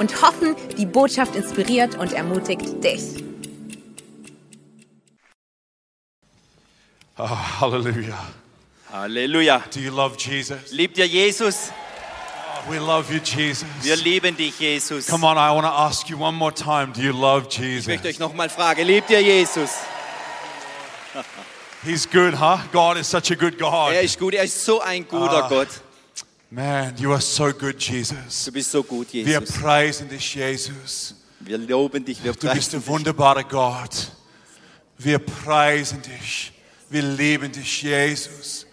und hoffen, die Botschaft inspiriert und ermutigt dich. Oh, hallelujah. Halleluja. Do you love Jesus? Liebt ihr Jesus? We love you, Jesus. Wir lieben dich, Jesus. Come on, I want to ask you one more time. Do you love Ich möchte Jesus? euch nochmal fragen, liebt ihr Jesus? He's good, huh? God is such a good Er God. ist gut, er ist so ein guter Oh. Ah. Gott. Man, you are so good, Jesus. Du bist so gut, Wir Jesus. preisen dich, Jesus. Wir loben dich, wir Du bist preisen der dich. wunderbare Gott. Wir preisen dich. Wir lieben dich, Jesus.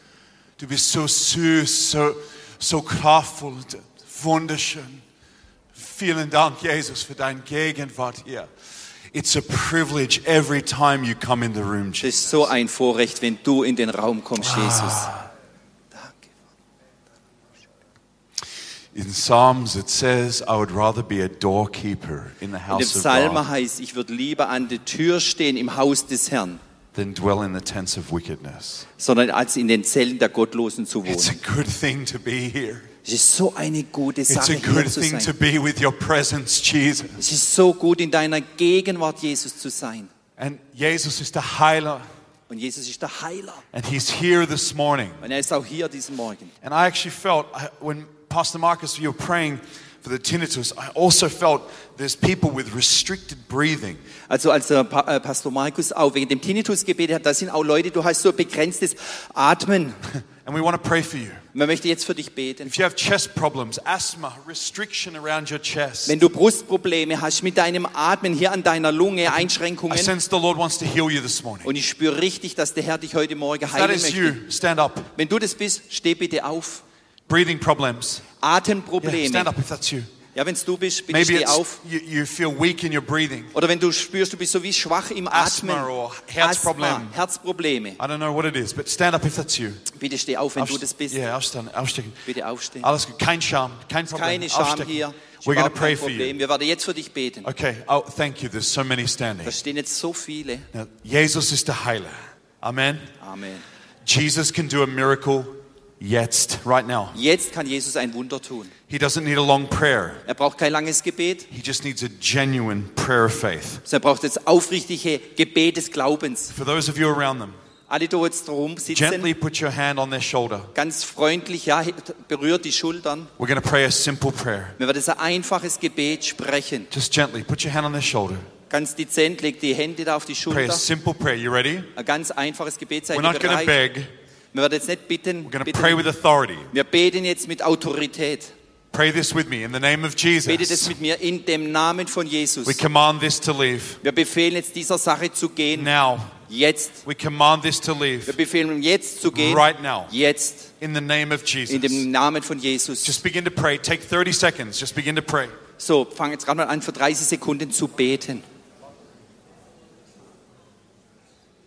Du bist so süß, so, so kraftvoll und wunderschön. Vielen Dank, Jesus, für deine Gegenwart hier. It's a privilege every time you come in the room, Es ist Jesus. so ein Vorrecht, wenn du in den Raum kommst, Ah. Jesus. Danke. In Psalms it says, I would rather be a doorkeeper in the In dem house of Psalm God heißt, ich würde lieber an der Tür stehen im Haus des Herrn, than dwell in the tents of wickedness. sondern als in den Zellen der Gottlosen zu It's a wohnen. good thing to be here. Es ist so eine gute It's Sache, a good hier zu thing to sein. be with your presence, Jesus. Es ist so gut, in deiner Gegenwart, Jesus, zu sein. And Jesus is the Heiler, Und Jesus ist der Heiler. and He's here this morning. Und er ist auch hier diesen Morgen. And I actually felt I- when Pastor Marcus, you were praying for the tinnitus, I also felt there's people with restricted breathing. Also als der Pa- äh, Pastor Markus auch wegen dem Tinnitus gebetet hat, da sind auch Leute, du hast so begrenztes Atmen. And we want to pray for you. Man möchte jetzt für dich beten. If you have chest problems, asthma, restriction around your chest, Wenn du Brustprobleme hast mit deinem Atmen hier an deiner Lunge, I Einschränkungen, sense the Lord wants to heal you this morning. und ich spüre richtig, dass der Herr dich heute Morgen If that heilen is möchte. you, stand up. Wenn du das bist, steh bitte auf. Breathing problems. Yeah, stand Atemprobleme. up if that's you. Ja, wenn es du bist, bitte Maybe steh it's, auf. you, you feel weak in your breathing. Oder wenn du spürst, du bist so wie schwach im Asthma Atmen. oder Herzproblem. Asthma, Herzprobleme. I don't know what it is, but stand up if that's you. Bitte steh auf, wenn du das bist. Yeah, aufstehen, aufstehen. Bitte aufstehen. Alles gut, kein Scham, kein Problem. Keine Scham aufstehen. hier. We're going Überhaupt to pray kein for Problem. you. Wir werden jetzt für dich beten. Okay, oh, thank you. There's so many standing. Da stehen jetzt so viele. Now, Jesus ist der Heiler. Amen. Amen. Jesus can do a miracle jetzt, right now. Jetzt kann Jesus ein Wunder tun. He doesn't need a long prayer. Er braucht kein langes Gebet, He just needs a genuine prayer of faith. sondern er braucht das aufrichtige Gebet des Glaubens. For those of you around them, Alle, die jetzt drum sitzen, gently put your hand on their shoulder. ganz freundlich, ja, berührt die Schultern. We're going to pray a simple prayer. Wenn wir das ein einfaches Gebet sprechen, Just gently put your hand on their shoulder. ganz dezent, legt die Hände da auf die Pray a Schulter. simple prayer. You ready? Ein ganz einfaches Gebet, seid We're ihr not going to bereit. beg. Wir werden jetzt nicht bitten. We're going to bitten. pray with authority. Wir beten jetzt mit Autorität. Pray this with me in the name of Betet es Jesus. mit mir in dem Namen von Jesus. We command this to leave. Wir befehlen jetzt dieser Sache zu gehen. Now. Jetzt. We command this to Wir leave. befehlen ihm jetzt zu gehen. Right now. Jetzt. In the name of In Jesus. dem Namen von Jesus. Just begin to pray. Take 30 seconds. Just begin to pray. So, fang jetzt gerade mal an, für 30 Sekunden zu beten.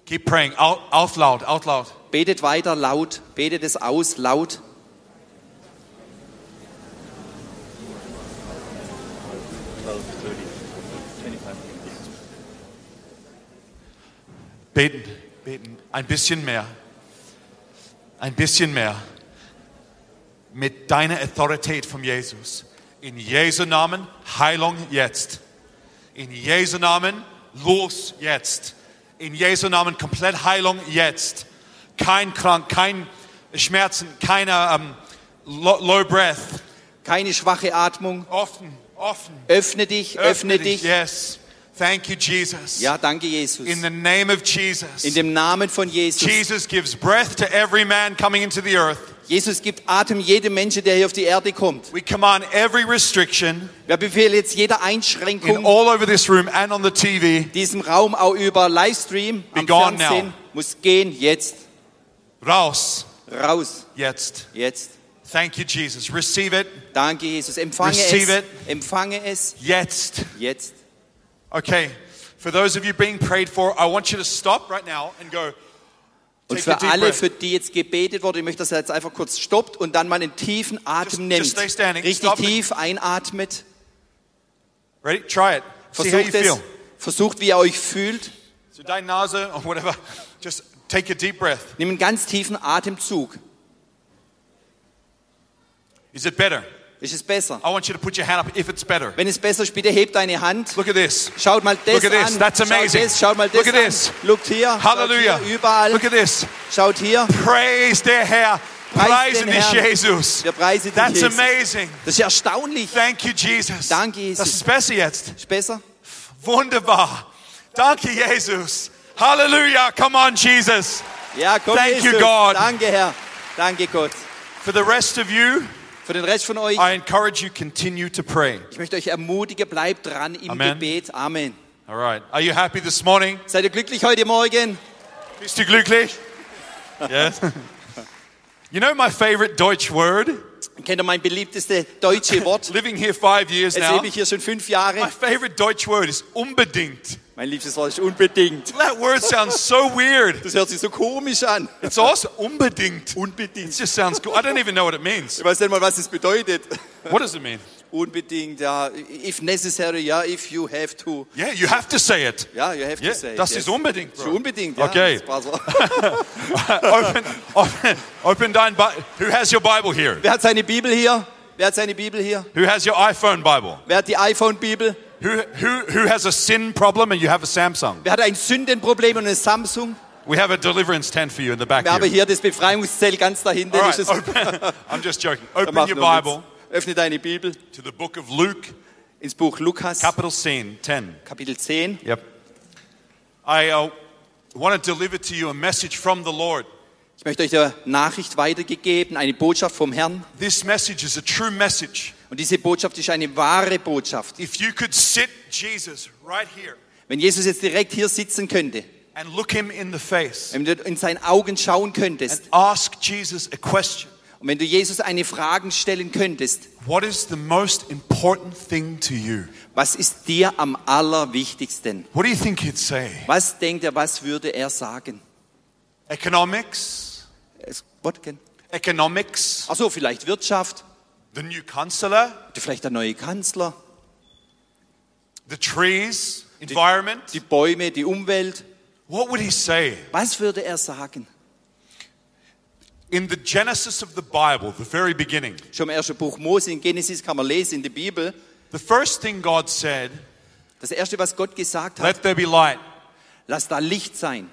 Keep praying. Out, out loud. Out loud. Betet weiter laut, betet es aus laut. Beten. Beten. Ein bisschen mehr. Ein bisschen mehr. Mit deiner Autorität von Jesus. In Jesu Namen Heilung jetzt. In Jesu Namen los jetzt. In Jesu Namen komplett Heilung jetzt. Kein Krank, kein Schmerzen, keine ähm, lo- Low Breath. Keine schwache Atmung. Offen, offen. Öffne dich, öffne, dich. Yes. Thank you, Jesus. Ja, danke, Jesus. In the name of Jesus. In dem Namen von Jesus. Jesus gives breath to every man coming into the earth. Jesus gibt Atem jedem Menschen, der hier auf die Erde kommt. We command every restriction Wir befehlen jetzt jeder in Einschränkung all over this room and on the TV diesem Raum auch über Livestream Be am gone Fernsehen. now. Muss gehen, jetzt. raus Raus, jetzt. jetzt. Thank you, Jesus. Receive it Danke, Jesus. Empfange Receive es. Empfange es jetzt. jetzt. Okay, for those of you being prayed for, I want you to stop right now and go. Und Take a für deep alle, breath. für die jetzt gebetet wurde, ich möchte, dass er jetzt einfach kurz stoppt und dann mal einen tiefen Atem Just- just nimmt. stay standing. Richtig Stop. tief einatmet. Ready? Try it. See how you Versucht es. feel. Versucht, wie ihr euch fühlt. So deine Nase or whatever. Just take a deep breath. Nimm einen ganz tiefen Atemzug. Is it better? Ist es besser? I want you to put your hand up if it's better. Wenn es besser ist, bitte hebt deine Hand. Look at this. Schaut mal das Look at this. an. That's amazing. Schaut, das, schaut mal das Look at an. this. Schaut hier. Hallelujah. Schaut hier, überall. Look at this. Schaut hier. Praise der Herr. Preist Preisen den dich, Herrn. Jesus. Wir preisen dich, That's Jesus. amazing. Das ist erstaunlich. Thank you, Jesus. Danke, Jesus. Das ist besser jetzt. Ist besser? Wunderbar. Danke, Jesus. Hallelujah. Come on, Jesus. Ja, komm, Thank you, Jesus. God. Danke, Herr. Danke, Gott. For the rest of you, Für den Rest von euch, I encourage you continue to pray. ich möchte euch ermutigen, bleibt dran im Amen. Gebet. Amen. All right. Are you happy this morning? Seid ihr glücklich heute Morgen? Bist du glücklich? Yes. you know my favorite Deutsch word? Kennt ihr mein beliebtestes deutsche Wort? Living here five years Jetzt now. lebe ich hier schon fünf My Jahre. favorite Deutsch word is unbedingt. Mein liebstes Wort ist unbedingt. That word sounds so weird. Das hört sich so komisch an. It's awesome. Unbedingt. It Unbedingt. just sounds cool. I don't even know what it means. Ich weiß nicht mal, was das bedeutet. What does it mean? Unbedingt, ja. If necessary, ja. If you have to. Yeah, you have to say it. Ja, you have Yeah, to say. it, das yes. ist unbedingt, Das ist Bro. unbedingt, ja. Okay. Das war so. open, open, open dein Bi- Who has your Bible here? Wer hat seine Bibel hier? Wer hat seine Bibel hier? Who has your iPhone Bible? Wer hat die iPhone-Bibel? Who, who, who has a sin problem and you have a Samsung? Wer hat ein Sündenproblem und eine Samsung? We have a deliverance tent for you in the back Wir haben here. hier das Befreiungszelt ganz dahinter. All ist right, es. open, I'm just joking. Wir Open machen your nur Bible Witz. Öffne deine Bibel to the book of Luke, ins Buch Lukas, capital scene 10. Kapitel 10. Yep. I uh, want to deliver to you a message from the Lord. Ich möchte euch eine Nachricht weitergegeben, eine Botschaft vom Herrn. This message is a true message. Und diese Botschaft ist eine wahre Botschaft. If you could sit Jesus right here Wenn Jesus jetzt direkt hier sitzen könnte, and look him in the face wenn du in seinen Augen schauen and könntest ask Jesus a question, und wenn du Jesus eine Frage stellen könntest, what is the most important thing to you? was ist dir am allerwichtigsten? What do you think he'd say? Was denkt er, was würde er sagen? Economics? Es- What can- Economics? Ach so, vielleicht Wirtschaft, The new counselor? vielleicht der neue Kanzler, The trees? Environment? die Bäume, die Umwelt. What would he say? Was würde er sagen? In the Genesis of the Bible, the very beginning, Schon im ersten Buch Mose in Genesis kann man lesen in der Bibel. the first thing God said, Das erste, was Gott gesagt hat, let there be light. lass da Licht sein.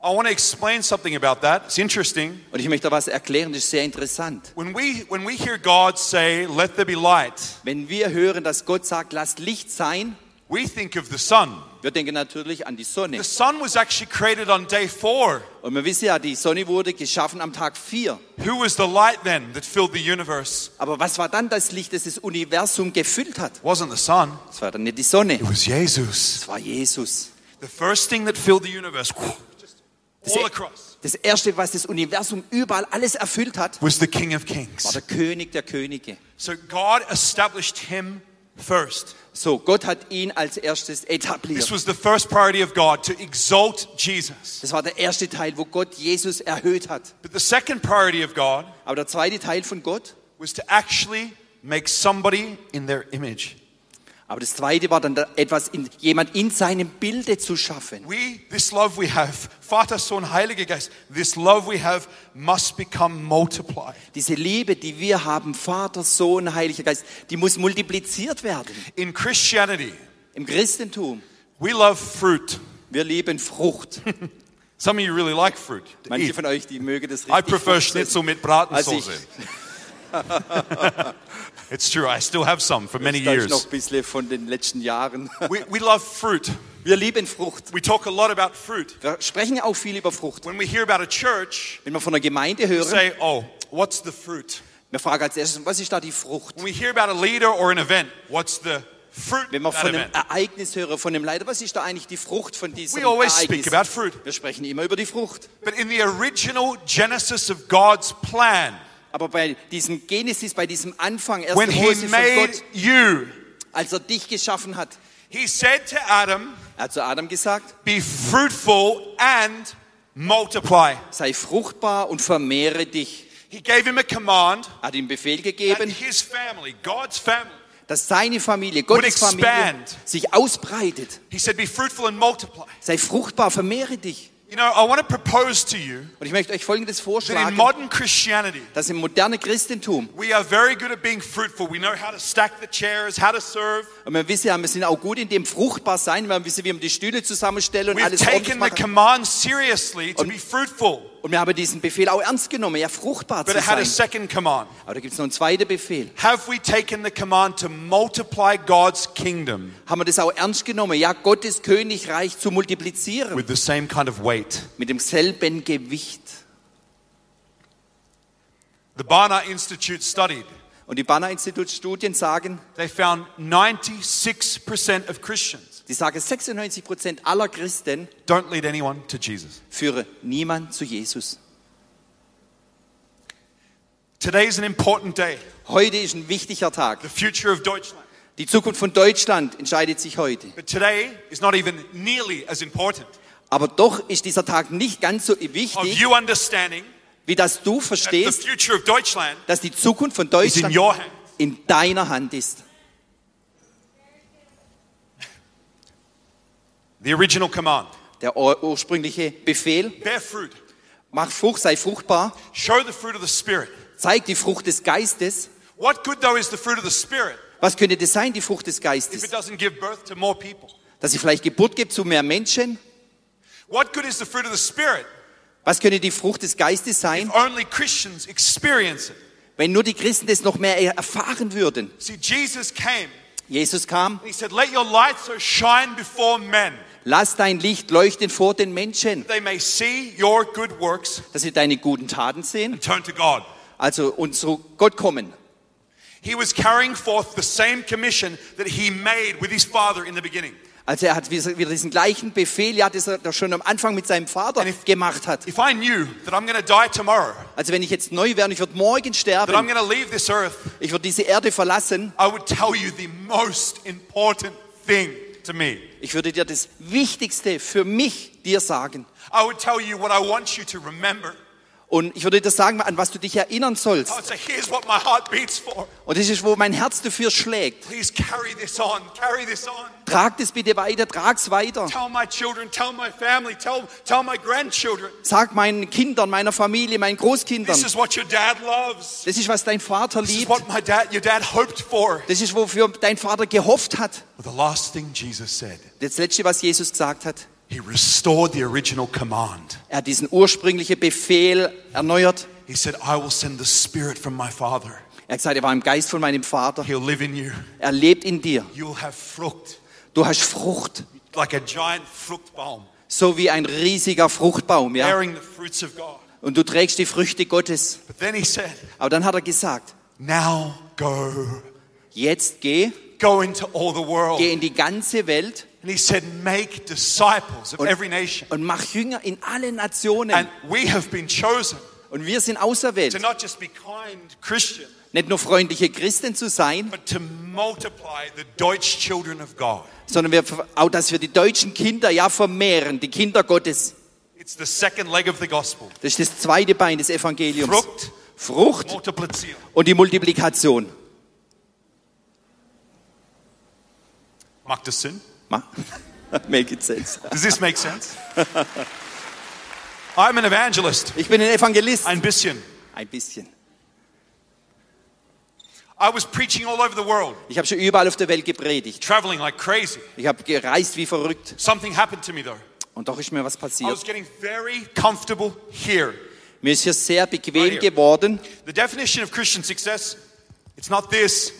I want to explain something about that. It's interesting. Und ich möchte da was erklären, das ist sehr interessant. When we, when we hear God say, let there be light, Wenn wir hören, dass Gott sagt, lass Licht sein, we think of the sun. wir denken natürlich an die Sonne. The sun was actually created on day four. Und wir wissen ja, die Sonne wurde geschaffen am Tag 4. Who was the light then that filled the universe? Aber was war dann das Licht, das das Universum gefüllt hat? It wasn't the sun, Das war dann nicht die Sonne, it was Jesus. das war Jesus. The first thing that filled the universe, just all across, Das Erste, was das Universum überall alles erfüllt hat, was the King of war Kings. der König der Könige. So God established him first. So, Gott hat ihn als erstes etabliert. This was the first priority of God to exalt Jesus. Das war der erste Teil, wo Gott Jesus erhöht hat. But the second priority of God Aber der zweite Teil von Gott, was to actually make somebody in their image. aber das zweite war dann da- etwas in, jemand in seinem Bilde zu schaffen. We, this love we have, Vater, Sohn, Heiliger Geist, this love we have must become multiplied. Diese Liebe, die wir haben, Vater, Sohn, Heiliger Geist, die muss multipliziert werden. In Christianity, Im Christentum, we love fruit. wir lieben Frucht. Some of you really like fruit. to Manche eat. von euch, die mögen das I richtig. prefer Frucht essen. schnitzel mit Also ich, Bratensoße. It's true. I still have some for many da ist noch years. ein bisschen von den letzten Jahren. We, we love fruit. Wir lieben Frucht. We talk a lot about fruit. Wir sprechen auch viel über Frucht. When we hear about a church, Wenn wir von der Gemeinde we hören, say, oh, what's the fruit? wir fragen als erstes, was ist da die Frucht? When we hear about a leader or an event, what's the fruit Wenn of that man von einem event? Ereignis höre, von einem Leiter, was ist da eigentlich die Frucht von diesem We always Ereignis? speak about fruit. Wir sprechen immer über die Frucht. But in the original genesis of God's plan, Aber bei diesem Genesis, bei diesem Anfang, erste when he Mose von made Gott, you, als er dich geschaffen hat, He said to Adam, Er hat zu Adam gesagt, Be fruitful and multiply. sei fruchtbar und vermehre dich. He gave him a command Er hat ihm Befehl that gegeben, his family, God's family, dass seine Familie, Gottes Familie, expand. sich ausbreitet. he said, Be fruitful and multiply. Sei fruchtbar, vermehre dich. You know, I want to propose to you Und ich möchte euch Folgendes that in vorschlagen, modern Christianity, dass im modernen Christentum, we are very good at being fruitful. We know how to stack the chairs, how to serve. und wir wissen ja, wir sind auch gut in dem fruchtbar sein, wir wissen, wie wir die Stühle zusammenstellen und We've alles ordentlich taken the machen. command seriously to Und- be fruitful, Und wir haben diesen Befehl auch ernst genommen, ja, fruchtbar but zu it had a sein. second command. Aber da gibt es noch einen zweiten Befehl. Have we taken the command to multiply God's kingdom Haben wir das auch ernst genommen, ja, Gottes Königreich zu multiplizieren? with the same kind of weight? Mit demselben Gewicht. The Barnard Institute studied. Und die Banner-Institut-Studien sagen, They found 96% of Christians die sagen, 96 Prozent aller Christen don't lead anyone to Jesus. führen niemand zu Jesus. Today is an important day. Heute ist ein wichtiger Tag. The future of Deutschland. Die Zukunft von Deutschland entscheidet sich heute. But today is not even nearly as important Aber doch ist dieser Tag nicht ganz so of wichtig, you understanding wie dass du that the verstehst, future of Deutschland dass die Zukunft von is in Deutschland your hands. in deiner Hand ist. The original command. Der ur- ursprüngliche Befehl, Bear fruit. mach Frucht, sei fruchtbar, Show the fruit of the Spirit. zeig die Frucht des Geistes. What good, though, is the fruit of the Spirit Was könnte das sein, die Frucht des if it Geistes? doesn't give birth to more people? Dass sie vielleicht Geburt gibt zu mehr Menschen? What good is the fruit of the Spirit Was könnte die Frucht des Geistes sein, if only Christians experience it? wenn nur die Christen das noch mehr er- erfahren würden? See, Jesus came Jesus kam, and he said, Let your light so shine before men lass dein Licht leuchten vor den Menschen, that they may see your good works dass sie deine guten Taten sehen, and turn to God. also und zu Gott kommen. He was carrying forth the same commission that he made with his Father in the beginning. Also er hat wieder wieder diesen gleichen Befehl, ja, das er doch schon am Anfang mit seinem Vater And if- gemacht hat. If I knew that I'm going to die tomorrow, Also wenn ich jetzt neu wäre, und ich würde morgen that I'm sterben, going to leave this earth, ich würde diese Erde verlassen, I would tell you the most important thing to me. ich würde dir das Wichtigste für mich dir sagen. I would tell you what I want you to remember. Und ich würde dir sagen, an was du dich erinnern I sollst. would say, here's what my heart beats for. Und das ist, wo mein Herz dafür schlägt. Please carry this on, carry this on. Trag das bitte weiter, trag's weiter. Tell my children, tell my family, tell, tell my grandchildren. Sag meinen Kindern, meiner Familie, meinen Großkindern. This is what your dad loves. Das ist, was dein Vater This is liebt. what my dad, your dad hoped for. Das ist, wofür dein Vater gehofft hat. The last thing Jesus said, Das Letzte, was Jesus gesagt hat. he restored the original command. Er hat diesen ursprünglichen Befehl erneuert. He said, I will send the spirit from my father. Er hat gesagt, er war im Geist von meinem Vater. He'll live in you. Er lebt in dir. You will have frucht, Du hast Frucht, like a giant fruchtbaum, so wie ein riesiger Fruchtbaum, ja. bearing the fruits of God. Und du trägst die Früchte Gottes. But then he said, Aber dann hat er gesagt, now go. jetzt geh, Go into all the world. geh in die ganze Welt And he said, Make disciples of Und- every nation. und mach Jünger in allen And Nationen. we have been chosen Und wir sind to auserwählt, not just be kind Christians, nicht nur freundliche Christen zu sein, but to multiply the Deutsch children of God. sondern wir, auch, dass wir die deutschen Kinder ja vermehren, die Kinder Gottes. It's the second leg of the gospel. Das ist das zweite Bein des Evangeliums. Frucht, Frucht multiplizieren. und die Multiplikation. Macht das Sinn? Ma- Make it sense. Does this make sense? I'm an evangelist. Ich bin ein Evangelist. Ein bisschen. Ein bisschen. I was preaching all over the world, Ich habe schon überall auf der Welt gepredigt. traveling like crazy. Ich habe gereist wie verrückt. Something happened to me though. Und doch ist mir was I was passiert. getting very comfortable here. Mir ist hier sehr Right bequem here. geworden. The definition of Christian success, it's not this.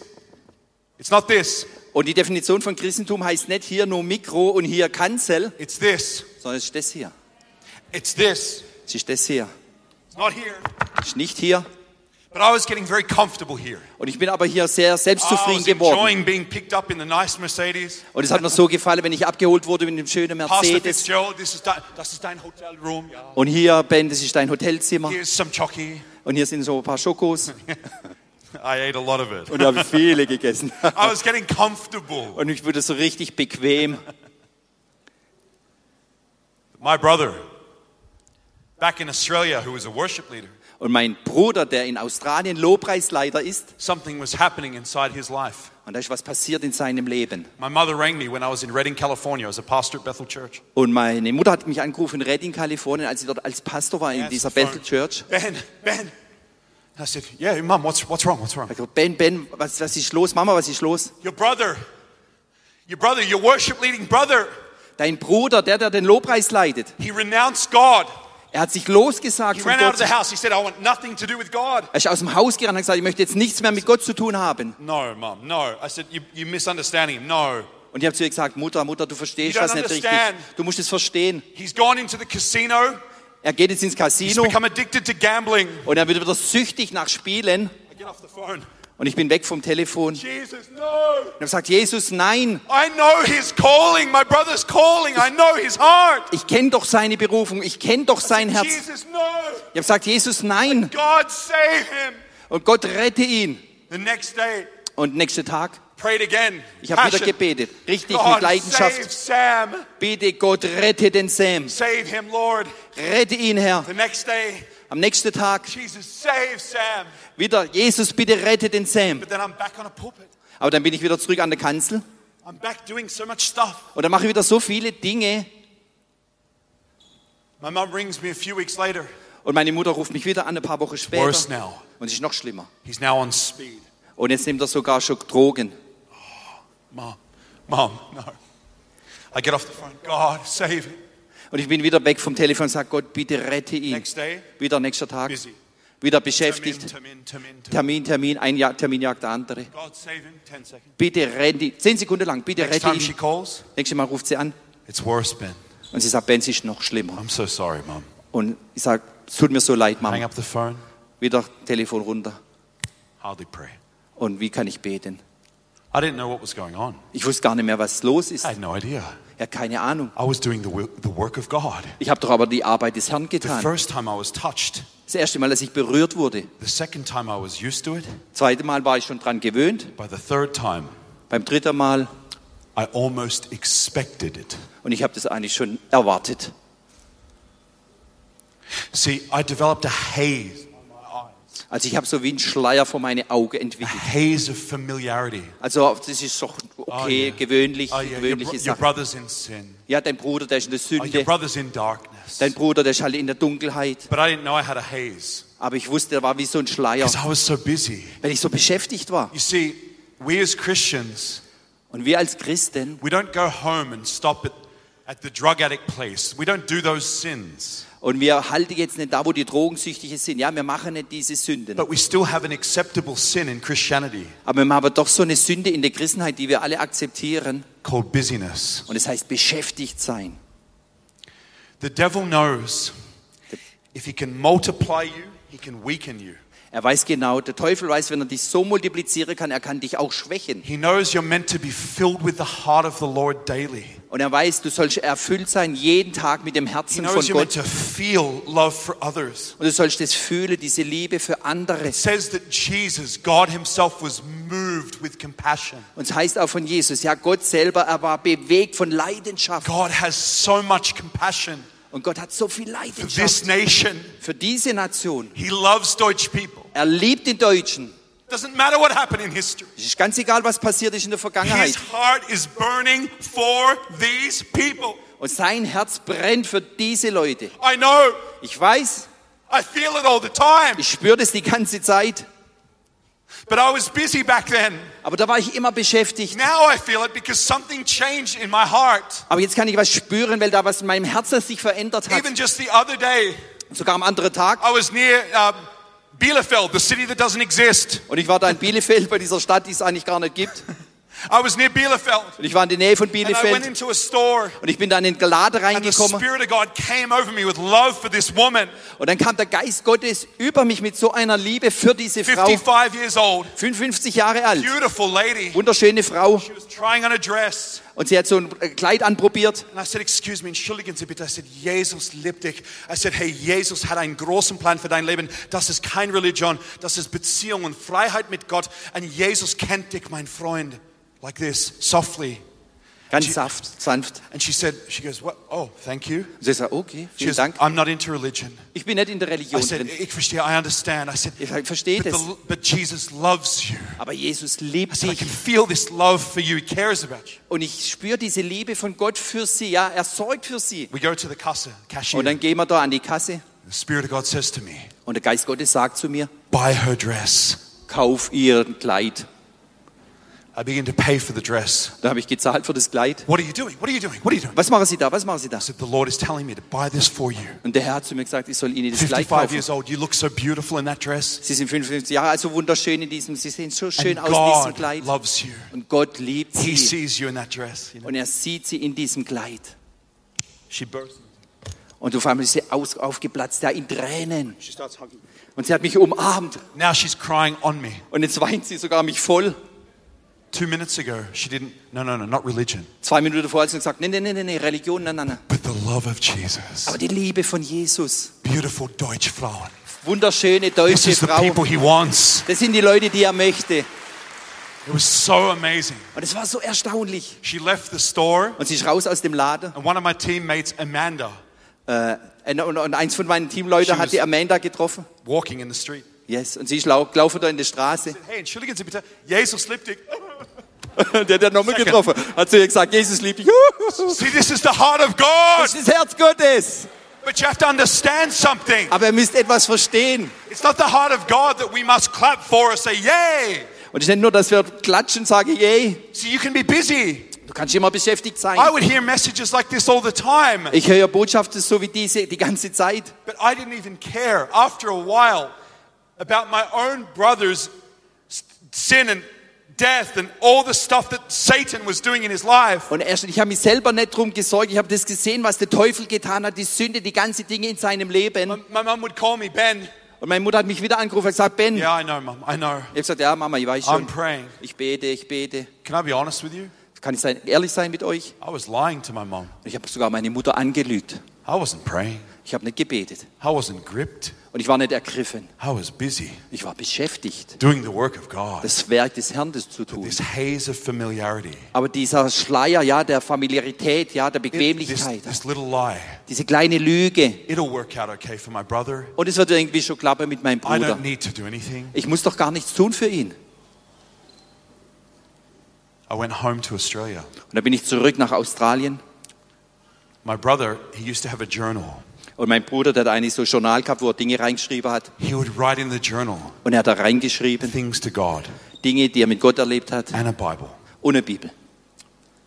It's not this. Und die Definition von Christentum heißt nicht hier nur Mikro und hier Kanzel, It's this. sondern es ist das hier. It's this. Es ist das hier. It's not here. Es ist nicht hier. But I was getting very comfortable here. Und ich bin aber hier sehr I selbstzufrieden was geworden. Oh, enjoying being picked up in the nice Mercedes. Und es hat mir so gefallen, wenn ich abgeholt wurde mit dem schönen Pastor Mercedes. Fitzgerald, this is dein, das ist dein Hotelroom. Ja. Und hier, Ben, das ist dein Hotelzimmer. Here's some chocky. Und hier sind so ein paar Schokos. I ate a lot of it. Und da habe ich viele gegessen. I was getting comfortable. Und ich wurde so richtig bequem. My brother, back in Australia, who was a worship leader, Und mein Bruder, der in Australien Lobpreisleiter ist, something was happening inside his life. und da ist was passiert in seinem Leben. My mother rang me when I was in Redding, California, as a pastor at Bethel Church. Und meine Mutter hat mich angerufen in Redding, Kalifornien, als ich dort als Pastor war in Answered dieser the Bethel phone. Church. Ben, Ben. And I said, Yeah, Mom, what's, what's wrong? What's wrong? Ich gesagt, Ben, Ben, was, was ist los? Mama, was ist los? Your brother, your brother, your worship leading brother, Dein Bruder, der, der den Lobpreis leitet, he renounced God. er hat sich losgesagt He von ran out of Gott. the house. He said, I want nothing to do with God. Er ist aus dem Haus gerannt und hat gesagt, ich möchte jetzt nichts mehr mit Gott zu tun haben. No, Mom, no. I said, you, You're misunderstanding him. No. Und ich habe zu ihr gesagt, Mutter, Mutter, du verstehst You don't das nicht richtig. understand. Du musst es verstehen. He's gone into the casino. Er geht jetzt ins He's Casino become addicted to gambling. und er wird wieder süchtig nach Spielen. I get off the phone. Und ich bin weg vom Telefon. Und Jesus, no. ich habe gesagt, Jesus, nein, I know his calling. My brother's calling. I know his heart. ich kenne doch seine Berufung, ich kenne doch sein Herz. Ich Jesus, no. habe gesagt, Jesus, nein. God save him. Und Gott rette ihn. The next day, Und nächsten Tag, prayed again. ich habe wieder Passion. gebetet, richtig mit God, save Leidenschaft. Sam. Bitte Gott, rette den Sam. Save him, Lord. Rette ihn, Herr. The next day, Am nächsten Tag Jesus, save Sam. wieder, Jesus, bitte rette den Sam. But then I'm back on a pulpit. Aber dann bin ich wieder zurück an der Kanzel I'm back doing so much stuff. und dann mache ich wieder so viele Dinge. My mum rings me a few weeks later. Und meine Mutter ruft mich wieder an, ein paar Wochen später. Worse now. Und es ist noch schlimmer. He's now on speed. Und jetzt nimmt er sogar schon Drogen. Mom, mom, no. I get off the phone. God, save him. Und ich bin wieder weg vom Telefon und sage, Gott, bitte rette ihn. Next day, Wieder nächster Tag, busy. wieder Termin, beschäftigt. Termin, Termin, Termin. Termin, Termin, ein Jahr, Termin jagt der andere. God, save him. 10 seconds. Bitte rette ihn. Zehn Sekunden lang, bitte Next rette time she ihn. calls, Nächstes Mal ruft sie an it's worse, Ben. und sie sagt, Ben, es ist noch schlimmer. I'm so sorry, mom. Und ich sage, es tut mir so leid, Hang Mama. up the phone. Wieder Telefon runter. Hardly pray. Und wie kann ich beten? I didn't know what was going on. Ich wusste gar nicht mehr, was los ist. I had no idea. Ja, keine Ahnung. I was doing the, wo- the work of God. Ich habe doch aber die Arbeit des Herrn The getan. first time I was touched, Das erste Mal, dass ich berührt wurde. the second time I was used to it, Das zweite Mal war ich schon dran gewöhnt. by the third time, Beim dritten Mal. I almost expected it. Und ich habe das eigentlich schon erwartet. See, I developed a haze, Also ich habe so wie einen Schleier vor meine Augen a entwickelt. haze of familiarity. Also das ist doch okay, Oh, yeah. gewöhnlich, er. Oh, yeah, your, bro- gewöhnliche your Sache. brother's in sin. Ja, dein Bruder, der ist in der Oh, your Sünde. brother's in darkness. Dein Bruder, der ist halt in der Dunkelheit. But I didn't know I had a haze Aber ich wusste, er war wie so ein Schleier, because I was so busy. weil ich so beschäftigt war. You see, we as Christians, Und wir als Christen, we don't go home and stop at, at the drug addict place. We don't do those sins. und wir halten jetzt nicht da, wo die Drogensüchtigen sind. Ja, wir machen nicht diese Sünden. But we still have an acceptable sin in Christianity Aber wir haben doch so eine Sünde in der Christenheit, die wir alle akzeptieren. called busyness. Und es heißt beschäftigt sein. The devil knows if he can multiply you, he can weaken you. Er weiß genau, der Teufel weiß, wenn er dich so multiplizieren kann, er kann dich auch schwächen. He knows you're meant to be filled with the heart of the Lord daily. Und er weiß, du sollst erfüllt sein jeden Tag mit dem He Herzen von knows you're meant Gott. to feel love for others. Und du sollst es fühlen, diese Liebe für andere. It says that Jesus, God Himself, was moved with compassion. Und es heißt auch von Jesus, ja, Gott selber, er war bewegt von Leidenschaft. God has so much compassion Und Gott hat so viel for this Leidenschaft nation. für diese Nation. He loves Deutsch people. Er liebt den Deutschen. Doesn't matter what happened in history. Es ist ganz egal, was passiert ist in der His Vergangenheit. heart is burning for these people. Und sein Herz brennt für diese Leute. I know. Ich weiß, I feel it all the time. ich spüre das die ganze Zeit. But I was busy back then. Aber da war ich immer beschäftigt. Now I feel it because something changed in my heart. Aber jetzt kann ich was spüren, weil da was in meinem Herzen sich verändert hat. Even just the other day, Sogar am anderen Tag. I was near um, Bielefeld, the city that doesn't exist. Und ich war da in Bielefeld bei dieser Stadt, die es eigentlich gar nicht gibt. I was near Bielefeld. Und ich war in der Nähe von And I went Bielefeld into a store. und ich bin dann in den Gelade And the reingekommen Spirit of God came over me with love for this woman, und dann kam der Geist Gottes über mich mit so einer Liebe für diese Frau. 55 years old, 55 Jahre alt, beautiful lady. wunderschöne Frau She was trying on a dress. und sie hat so ein äh, Kleid anprobiert And I said, excuse me, entschuldigen Sie bitte. I said, Jesus liebt dich. I said, hey, Jesus hat einen großen Plan für dein Leben. Das ist kein Religion. Das ist Beziehung und Freiheit mit Gott. Und Jesus kennt dich, mein Freund. Like this, softly. Ganz Sie- saft, sanft. And she said, she goes, what? Oh, thank you. Und sie sagt, okay, She vielen goes, Dank. I'm not into religion. Ich bin nicht in der I Religion said, drin. ich verstehe, I understand. I said, Ich sag, verstehe but, das. the, but Jesus loves you. Aber Jesus I liebt said, I can dich. feel this love for you. He cares about you. Und ich spüre diese Liebe von Gott für sie. Ja, er sorgt für sie. We go to the casa, cashier. Und dann gehen wir da an die Kasse the Spirit of God says to me, und der Geist Gottes sagt zu mir, buy her dress. kauf ihr ein Kleid. I begin to pay for the dress. Da habe ich gezahlt für das Kleid. What are you doing? What are you doing? What are you doing? I Was machen Sie da? Was machen Sie da? said, the Lord is telling me to buy this for you. Und der Herr hat zu mir gesagt, ich soll Ihnen das Kleid 55 kaufen. years old, you look so beautiful in that dress. Sie sind 55 Jahre alt, so wunderschön in diesem, Sie sehen so schön And aus in diesem God Kleid. loves you. Und Gott liebt He sie. sees you in that dress. you know. Und er sieht sie in diesem Kleid. She bursts. Und auf einmal ist sie aus, aufgeplatzt, da in Tränen. She starts hugging. Und sie hat mich umarmt. Now she's crying on me. Und jetzt weint sie sogar mich voll. Two minutes ago, she didn't. No, no, no, not religion, Zwei Minuten vorher hat sie gesagt, nee, nee, nee, nee, nee, Religion, nein, nein, nein. but the love of Jesus. Aber die Liebe von Jesus. Beautiful Deutsche Frauen. Wunderschöne This deutsche is the Frau. people he wants. Das sind die Leute, die er möchte. It was so amazing. Und es war so erstaunlich. She left the store, Und sie ist raus aus dem Laden. Äh, and one of my teammates, Amanda, Und, und, und eins von meinen Teamleuten She hat die was- Amanda getroffen. walking in the street. Yes. Und sie ist lau- gelaufen da in der Straße. Hey, entschuldigen Sie bitte, Jesus liebt dich. Und der hat ja nochmal Second. getroffen. Hat zu ihr gesagt, Jesus liebt dich. Juhu. See, this is the heart of God. Das ist das Herz Gottes. But you have to understand something. Aber ihr müsst etwas verstehen. It's not the heart of God that we must clap for or say, yay. Und es ist nicht nur, dass wir klatschen und sagen, yay. See, you can be busy. Du kannst immer beschäftigt sein. I would hear messages like this all the time, Ich höre ja Botschaften so wie diese die ganze Zeit. but I didn't even care after a while about my own brother's s- sin and death and all the stuff that Satan was doing in his life. Und erst, ich habe mich selber nicht drum gesorgt. Ich habe das gesehen, was der Teufel getan hat, die Sünde, die ganzen Dinge in seinem Leben. My- My mum would call me, Ben. Und meine Mutter hat mich wieder angerufen und gesagt, Ben. Yeah, I know, mum. I know. Ich habe gesagt, ja, Mama, ich weiß I'm schon. praying. Ich bete, ich bete. Can I be honest with you? Kann ich sein, ehrlich sein mit euch? I was lying to my mum. Und ich habe sogar meine Mutter angelügt. I wasn't praying. Ich habe nicht gebetet. I wasn't gripped. Und ich war nicht ergriffen. I was busy Ich war beschäftigt, doing the work of God. das Werk des Herrn das zu tun. This haze of familiarity. Aber dieser Schleier, ja, der Familiarität, ja, der This, Bequemlichkeit, this little lie. diese kleine Lüge. It'll work out okay for my brother. Und es wird irgendwie schon klappen mit meinem I Bruder. don't need to do anything. Ich muss doch gar nichts tun für ihn. I went home to Australia. Und dann bin ich zurück nach Australien. My brother, he used to have a journal. Und mein Bruder, der hat eigentlich so ein Journal gehabt, wo er Dinge reingeschrieben hat. He would write in the journal Und er hat da reingeschrieben, things to God Dinge, die er mit Gott erlebt hat. and a Bible. Und eine Bibel.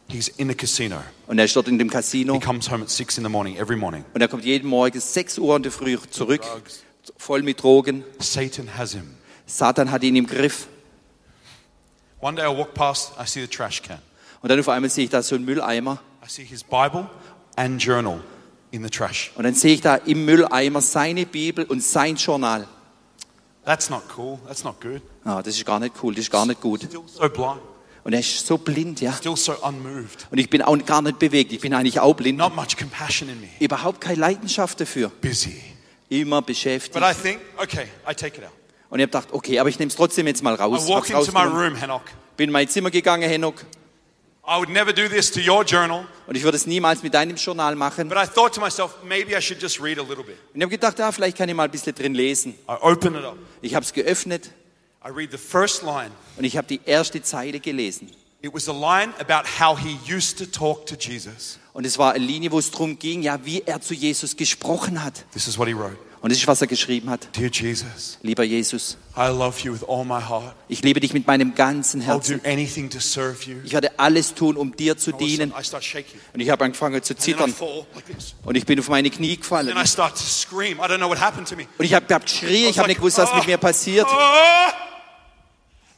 He's in a casino. Und er ist dort in dem He Casino. comes home at six in the morning every morning. Und er kommt jeden Morgen 6 Uhr in der Früh zurück, Drugs. voll mit Drogen. Satan has him. Satan hat ihn im Griff. One day I walk past, I see the trash can. Und dann auf einmal sehe ich da so einen Mülleimer. I see his Bible and journal in the trash. Und dann sehe ich da im Mülleimer seine Bibel und sein Journal. That's not cool. That's not good. Ah, das ist gar nicht cool, das ist gar nicht gut. Still so blind. Und er ist so blind, ja. Still so unmoved. Und ich bin auch gar nicht bewegt. Ich bin eigentlich auch blind. Not much compassion in me. Überhaupt keine Leidenschaft dafür. Busy. Immer beschäftigt. But I think, okay, I take it out. Und ich habe gedacht, okay, aber ich nehme es trotzdem jetzt mal raus. I walk Hab's into my rausgenommen. room, Hanok. Bin in mein Zimmer gegangen, Henok. I would never do this to your journal, Und ich würde es niemals mit deinem Journal machen. Und but I thought to myself, maybe I should just read a little bit. ich habe gedacht, ja, vielleicht kann ich mal ein bisschen drin lesen. I open it up. Ich habe es geöffnet I read the first line. und ich habe die erste Zeile gelesen. It was a line about how he used to talk to Jesus. Und es war eine Linie, wo es darum ging, ja, wie er zu Jesus gesprochen hat. This is what he wrote Und das ist, was er geschrieben hat. Dear Jesus, Lieber Jesus, I love you with all my heart. ich liebe dich mit meinem ganzen I'll do Herzen. anything to serve you. Ich werde alles tun, um dir zu All of a sudden, dienen. I start shaking. Und ich habe angefangen zu And then I zittern. fall like this. Und ich bin auf meine Knie gefallen. Then I start to scream. I don't know what happened to me. Und ich habe hab geschrien, I was "Oh, ich habe like, nicht gewusst, was "Ah, mit mir passiert. ah."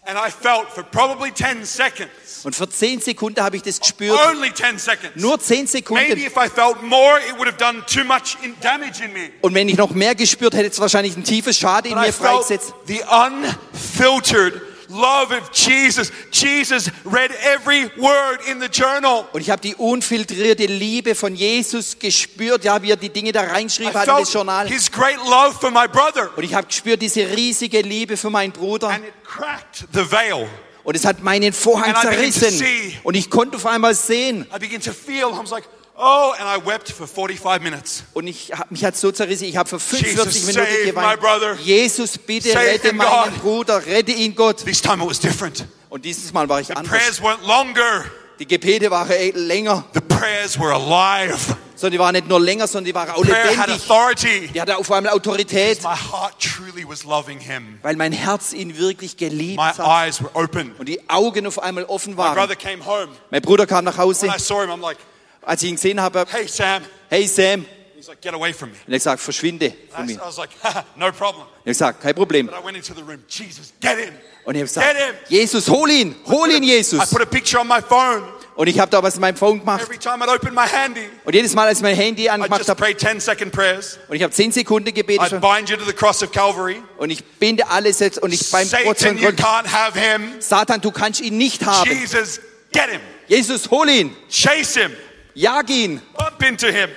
And I felt for probably 10 seconds, Und für 10 Sekunden habe ich das gespürt. only 10 seconds. Nur 10 Oh, Maybe Sekunden. if I felt more, it would have done too much in damage in me. Und wenn ich noch mehr gespürt hätte, hätte es wahrscheinlich ein tiefes Schade in But I mir felt freigesetzt. the unfiltered love of Jesus. Jesus read every word in the journal. Und ich habe die unfiltrierte Liebe von Jesus gespürt, ja, wie er die Dinge da reinschrieb I hat in das felt Journal. his great love for my brother. Und ich habe gespürt diese riesige Liebe für meinen Bruder. And it cracked the veil. Und es hat meinen Vorhang And I began to zerrissen. see. Und ich konnte auf einmal sehen. I began to feel, I was like, oh, and I wept for 45 minutes. Und ich hab, mich hat so zerrissen. Ich habe für 45 Jesus, save Minuten my brother. geweint. Jesus, bitte Save rette him, meinen God. Bruder, rette ihn, Gott. This time it was different. Und dieses Mal war ich The anders. prayers weren't longer, Die Gebete waren eh länger, the prayers were alive. sondern die waren nicht nur länger, sondern die waren auch Prayer had lebendig. authority. Die hatte auf einmal Autorität, My heart truly was loving him. weil mein Herz ihn wirklich geliebt My hat. eyes were open. Und die Augen auf einmal offen My waren. brother came home. Mein Bruder kam nach When Hause. I saw him, I'm like, Als ich ihn gesehen habe, hey, Sam. hey Sam. He's like, get away from me. Und er gesagt, verschwinde von I mir. I was like, "Haha, no problem. Ich habe gesagt, kein Problem. But I went into the room. Jesus, get him. Und ich habe Get him. gesagt, Jesus, hol ihn, hol ihn, I Jesus. put a picture on my phone. Und ich habe da was in meinem Phone gemacht. Every time I'd open my handy, Und jedes Mal, als ich mein Handy I'd angemacht just habe, pray 10 second prayers. und ich habe 10 Sekunden gebetet I'd schon, bind you to the cross of Calvary. und ich binde alles jetzt und ich beim Gott Satan, von you Gott, can't have him. Satan, du kannst ihn nicht haben. Jesus, get him. Jesus, hol ihn, Chase him. jag ihn, Bump into him.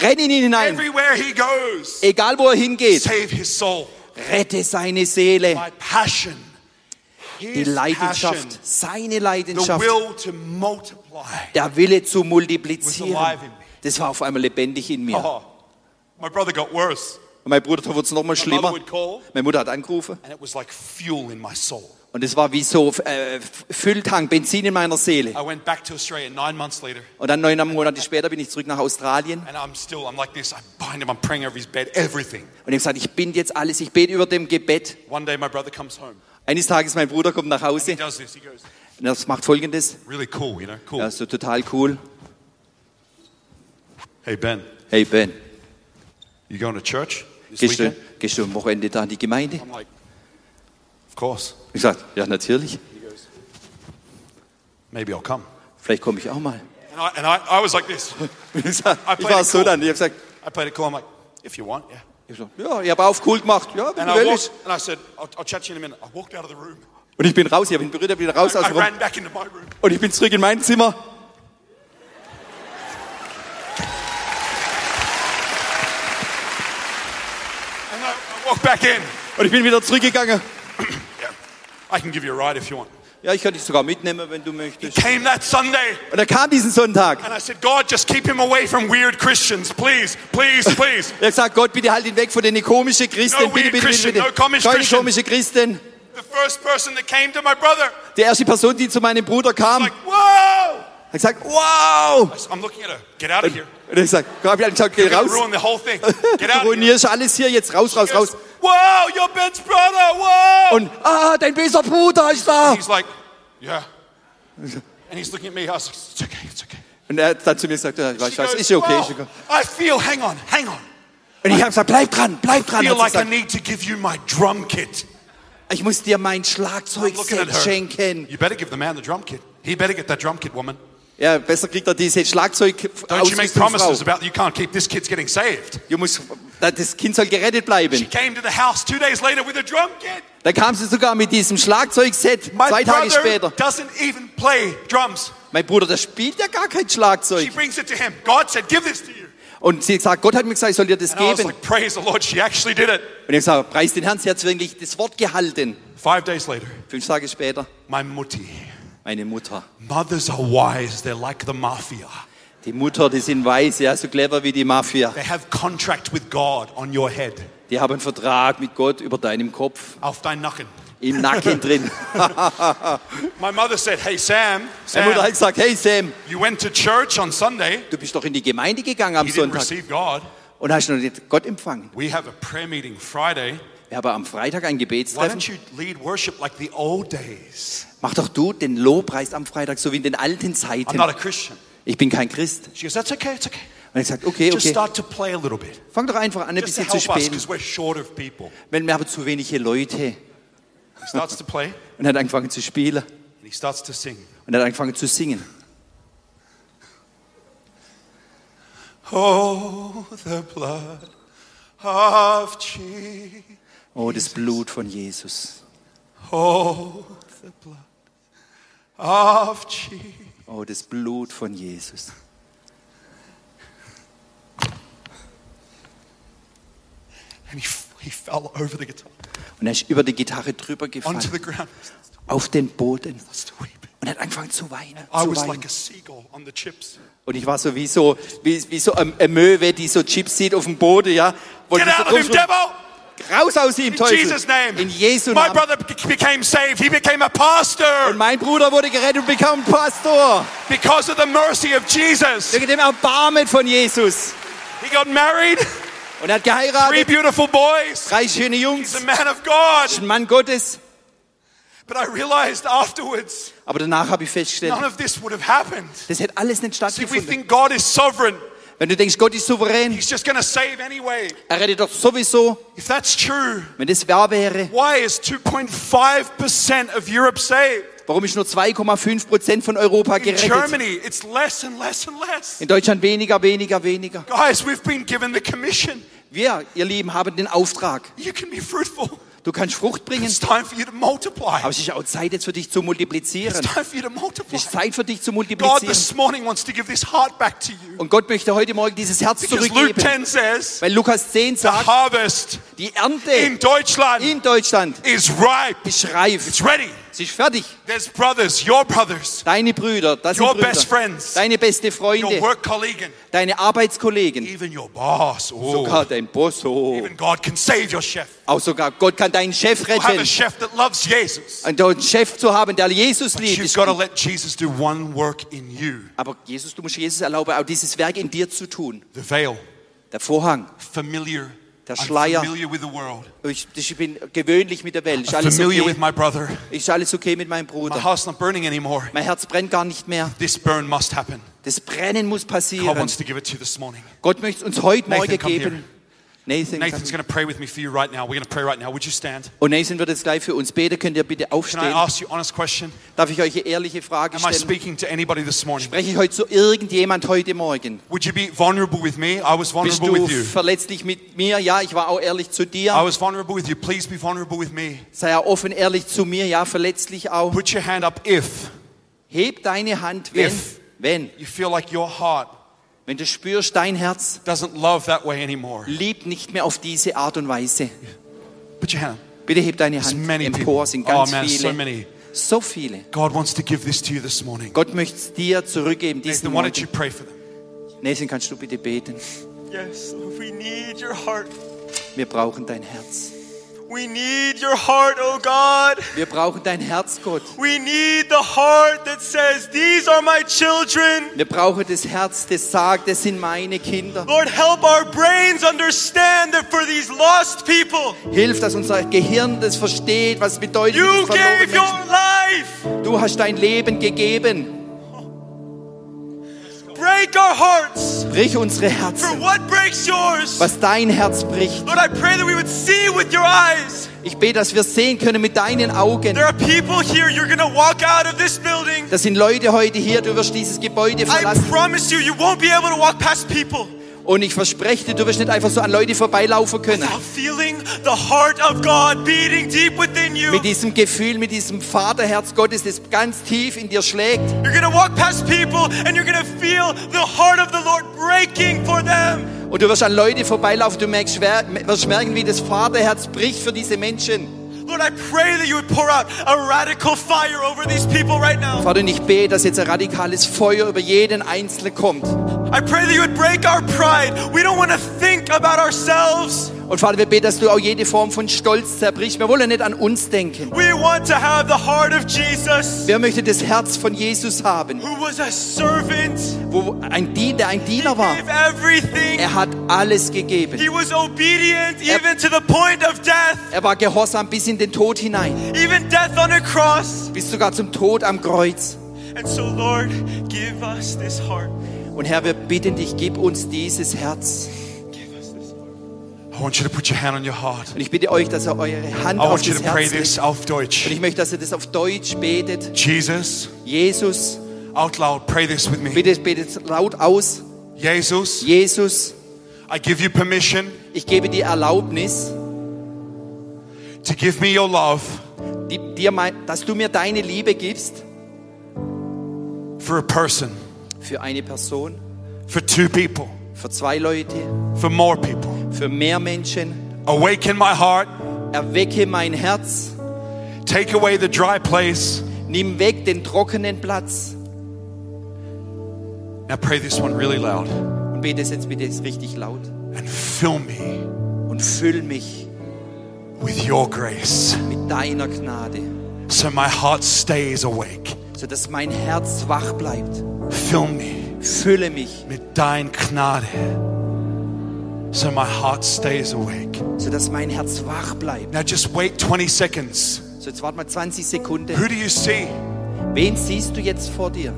renn in ihn hinein. Everywhere he goes. Egal, wo er hingeht, Save his soul. rette seine Seele, My passion. die His passion. Leidenschaft, seine The Leidenschaft, will to multiply. der Wille Was zu alive in multiplizieren. me. Das war auf einmal lebendig in mir. Oh, my brother got worse. Und mein Bruder, da wurde es nochmal My mother schlimmer. would call, Meine Mutter hat angerufen. and it was like fuel in my soul. Und es war wie so äh, F- Fülltank, Benzin in meiner Seele. I went back to Australia nine months later, Und dann neun Monate später bin ich zurück nach Australien. and I'm still, I'm like this. I bind him, I'm praying over his bed, everything. Und ich habe gesagt, ich binde jetzt alles, ich bete über dem Gebet. One day, my brother comes home. Eines Tages mein Bruder kommt nach He Hause does this. He goes, und das macht folgendes. really cool, you know, cool. Ja, so total cool. Hey, Ben, Hey Ben, you going to church this gehst du, weekend? gehst du am Wochenende da in die Gemeinde? I'm like, of course. Ich sage, ja natürlich, He goes, maybe I'll come. vielleicht komme ich auch mal. And I, and I, I was like this. Ich, sag, I ich played war it so cool. dann, ich habe gesagt, I played it cool. I'm like, if you want, yeah. ich sag, ja, ich habe auf cool gemacht, ja, wenn And du I walked, willst. and I said, I'll, I'll chat to you in a minute. I walked out of the room. Und ich bin raus, ich habe ihn berührt, hab wieder raus aus I dem Raum. ran back into my room. Und ich bin zurück in mein Zimmer. And I, I walked back in. Und ich bin wieder zurückgegangen. Yeah. I can give you a ride if you want. Ja, ich kann dich sogar mitnehmen, wenn du He möchtest. came that Sunday Und er kam diesen Sonntag. and I said, God, just keep him away from weird Christians. Please, please, please. Er hat gesagt, Gott, bitte halt ihn weg von den komischen Christen. No weird bitte, bitte, bitte, Christian, bitte. no komisch Keine Christian. komischen Christen. the first person that came to my brother, Die erste Person, die zu meinem Bruder kam, like, whoa! hat gesagt, wow. I said, I'm looking at her. Get out of Und here. er hat gesagt, komm, ich hab gesagt, geh You're gonna raus. ruin the whole thing. Get Du out of here. ruinierst alles hier, jetzt raus, raus, raus. Whoa, you're Ben's brother. Whoa! Und, ah, dein böser Bruder ist da. he's like, yeah. And he's looking at me. I was like, it's okay, it's okay. Und er hat dann zu mir gesagt, ja, ich She weiß, goes, ist ja okay. "Whoa, Ist okay. I feel, hang on, hang on. Und ich habe gesagt, bleib dran, bleib dran. feel Hat sie like I gesagt, need to give you my drum kit. ich muss dir mein I'm Schlagzeug looking at her. schenken. You better give the man the drum kit. He better get that drum kit, woman. Ja, besser kriegt er diese Schlagzeug Don't you make promises Ausrüstungsfrau. about you can't keep this kid's getting saved. Du musst, das Kind soll gerettet She bleiben. came to the house two days later with a drum kit. Da kam sie sogar mit diesem Schlagzeugset My zwei Tage brother später. doesn't even play drums. Mein Bruder, der spielt ja gar kein Schlagzeug. She brings it to him. God said, "Give this to you." Und sie sagt, Gott hat mir gesagt, ich soll dir das And I was geben. like, "Praise the Lord!" She actually did it. Und ich sage, preis den Herrn, sie hat wirklich das Wort gehalten. Five days later, Fünf Tage später, my mutti. meine Mutter. Mothers are wise. They're like the mafia. Die Mutter, die sind weiß, ja, so clever wie die Mafia. They have contract with God on your head. Die haben einen Vertrag mit Gott über deinem Kopf, Auf dein Nacken. im Nacken drin. My mother said, "Hey Sam, Meine Mutter hat Sam, gesagt, hey Sam, you went to church on Sunday. du bist doch in die Gemeinde gegangen am You didn't Sonntag receive God. und hast noch nicht Gott empfangen. We have a prayer meeting Friday. Wir haben am Freitag ein Why Gebetstreffen. don't you lead worship like the old days?" Mach doch du den Lobpreis am Freitag, so wie in den alten I'm Zeiten. not a Christian. Ich bin kein Christ. She goes, "That's okay. It's okay. Und ich sage, okay, Just okay, start to play a little bit." fang doch einfach an, ein Just to bisschen zu help us spielen. because we're short of people. Wenn wir haben zu wenige Leute. He starts to play and und hat angefangen zu spielen he starts to sing. und hat angefangen zu singen. Oh, the blood of Jesus. Oh, das Blut von Jesus. Oh, the blood of Jesus. Oh, das Blut von Jesus. And he, he fell over the guitar Und er ist über die Gitarre drüber onto gefallen, the ground. auf den Boden That's to weep. und hat angefangen zu weinen. I Zu was like weinen. a seagull on the chips. Und ich war so wie so, wie, wie so ein, ein Möwe, die so Chips sieht auf dem Boden, ja. Wollte Get out so of him, rumschreien, devil! Raus aus ihm, In Teufel. Jesus' name. In Jesu My Namen. brother be- became saved. He became a pastor Und mein Bruder wurde gerettet und bekam Pastor. because of the mercy of Jesus. Wegen dem Erbarmen von Jesus. He got married, Und er hat three geheiratet. beautiful boys. Drei schöne He's a Jungs. man of God. Ein Mann Gottes. But I realized afterwards, Aber danach habe ich festgestellt, none of this would have happened. das hätte alles nicht See, we stattgefunden. think God is sovereign. Wenn du denkst, Gott ist souverän, He's just going to save anyway. er rettet doch sowieso. If that's true, Wenn das wahr wäre, why is 2.5% of Europe saved? warum ist nur 2,5 Prozent von Europa In gerettet? Germany, it's less and less and less. In Deutschland weniger, weniger, weniger. Guys, we've been given the commission. Wir, ihr Lieben, haben den Auftrag. You can be fruitful. Du kannst Frucht bringen, It's time for you to multiply. aber es ist auch Zeit jetzt für dich zu multiplizieren. It's time for you to Es ist multiply. Zeit für dich zu God multiplizieren. this morning wants to give this heart back to you. Und Gott möchte heute Morgen dieses Herz Because Luke 10 zurückgeben. says, Weil Lukas 10 the sagt, harvest die Ernte in Deutschland in Deutschland is ripe. ist reif. It's ready. Sie ist fertig. There's brothers, your brothers, Deine Brüder, das sind Your best Brüder. friends. Deine beste your Freunde, work colleague, and deine Arbeitskollegen, even your boss. sogar Oh, dein Boss. Oh. even God can save your chef. Auch sogar Gott kann deinen Chef You have a retten. chef that loves Jesus. Und einen Chef zu haben, der Jesus But liebt. you've ist got to gut. let Jesus do one work in you. Aber Jesus, du musst Jesus erlauben, auch dieses Werk in dir zu tun. The veil, Der Vorhang. familiar. Der I'm Schleier. familiar with the world. Ich, ich bin gewöhnlich mit der Welt. Ist I'm alles familiar with okay, my brother. ist alles okay mit meinem My Bruder. heart's not burning anymore. Mein Herz brennt gar nicht mehr. This burn must happen. Das Brennen muss God passieren. wants to give it to you this morning. Gott möchte es uns heute Nathan, Morgen come geben. Nathan, Nathan's Nathan going to pray with me for you right now. We're going to pray right now. Would you stand? und Nathan wird jetzt gleich für uns beten. Könnt ihr bitte Can I aufstehen? ask you an honest question? Darf ich euch eine ehrliche Frage Am I stellen? speaking to anybody this morning? Spreche ich heute zu irgendjemand heute Morgen? Would you be vulnerable with me? I was Bist vulnerable du with you. verletzlich mit mir? Ja, ich war auch ehrlich zu I dir. was vulnerable with you. Please be vulnerable with me. Sei auch offen ehrlich zu mir. Ja, verletzlich auch. Put your hand up if Heb deine Hand, wenn, If. wenn, you feel like your heart wenn du spürst, dein Herz doesn't love that way anymore. liebt nicht mehr auf diese Art und Weise. Put your hand up. Bitte heb deine There's Hand. many Empor people. sind Oh ganz man, so viele. many. So viele. God wants to give this to you this morning. Gott möchte es dir zurückgeben, Nathan, diesen why don't you Morgen. pray for them? Nathan, kannst du bitte beten? Yes, Lord, we need your heart. Wir brauchen dein Herz. We need your heart, oh God. Wir brauchen dein Herz, Gott. We need the heart that says, These are my children. Wir brauchen das Herz, das sagt, das sind meine Kinder. Lord, help our brains understand that for these lost people, Hilf, dass unser Gehirn das versteht, was bedeutet you dieses verlorene gave your Menschen. life. Du hast dein Leben gegeben. Break our hearts Brich unsere for Herzen, what breaks yours. was dein Herz bricht. Lord, I pray that we would see with your eyes. Ich bete, dass wir sehen können mit deinen Augen. There are people here, you're going to walk out of this building. Das sind Leute heute hier, du wirst dieses Gebäude I verlassen. promise you, you won't be able to walk past people Und ich verspreche dir, du wirst nicht einfach so an Leute vorbeilaufen können. without feeling the heart of God beating deep within you. Mit diesem Gefühl, mit diesem Vaterherz Gottes, das ganz tief in dir schlägt. You're gonna walk past people and you're gonna feel the heart of the Lord breaking for them. Und du wirst an Leute vorbeilaufen, du merkst, schwer- wirst merken, wie das Vaterherz bricht für diese Menschen. Lord, I pray that you would pour out a radical fire over these people right now. Vater, und ich bete, dass jetzt ein radikales Feuer über jeden Einzelnen kommt. I pray that you would break our pride. We don't wanna think about ourselves. Und Vater, wir beten, dass du auch jede Form von Stolz zerbrichst. Wir wollen nicht an uns denken. We want to have the heart of Jesus, Wer möchte das Herz von Jesus haben, who was a servant, wo ein Diener, der ein Diener war? gave everything. Er hat alles gegeben. He was obedient even to the point of death, Er war gehorsam bis in den Tod hinein, even death on a cross. bis sogar zum Tod am Kreuz. And so, Lord, give us this heart. Und Herr, wir bitten dich, gib uns dieses Herz. Give us this heart. I I want you to put your hand on your heart. Und ich bitte euch, dass ihr eure I Hand auf want you das to pray Herz this legt. auf Und Deutsch. ich möchte, dass ihr das auf Deutsch betet. Jesus, Jesus, out loud, pray this with me. bitte betet laut aus. Jesus, Jesus, I give you permission ich gebe dir Erlaubnis, to give me your love die, dir mein, dass du mir deine Liebe gibst for a person, für eine Person, for two people, für zwei Leute, for more people. für mehr Menschen. Awaken my heart, Erwecke mein Herz, take away the dry place. nimm weg den trockenen Platz Now pray this one really loud und bete es jetzt bitte richtig laut and fill me und füll mich with your grace mit deiner Gnade, so my heart stays awake. sodass mein Herz wach bleibt. Fill me Fülle mich, mit dein Gnade so my heart stays awake. sodass mein Herz wach bleibt. Now just wait 20 seconds. So, jetzt warte mal 20 Sekunden. Who do you see? Wen siehst du jetzt vor dir?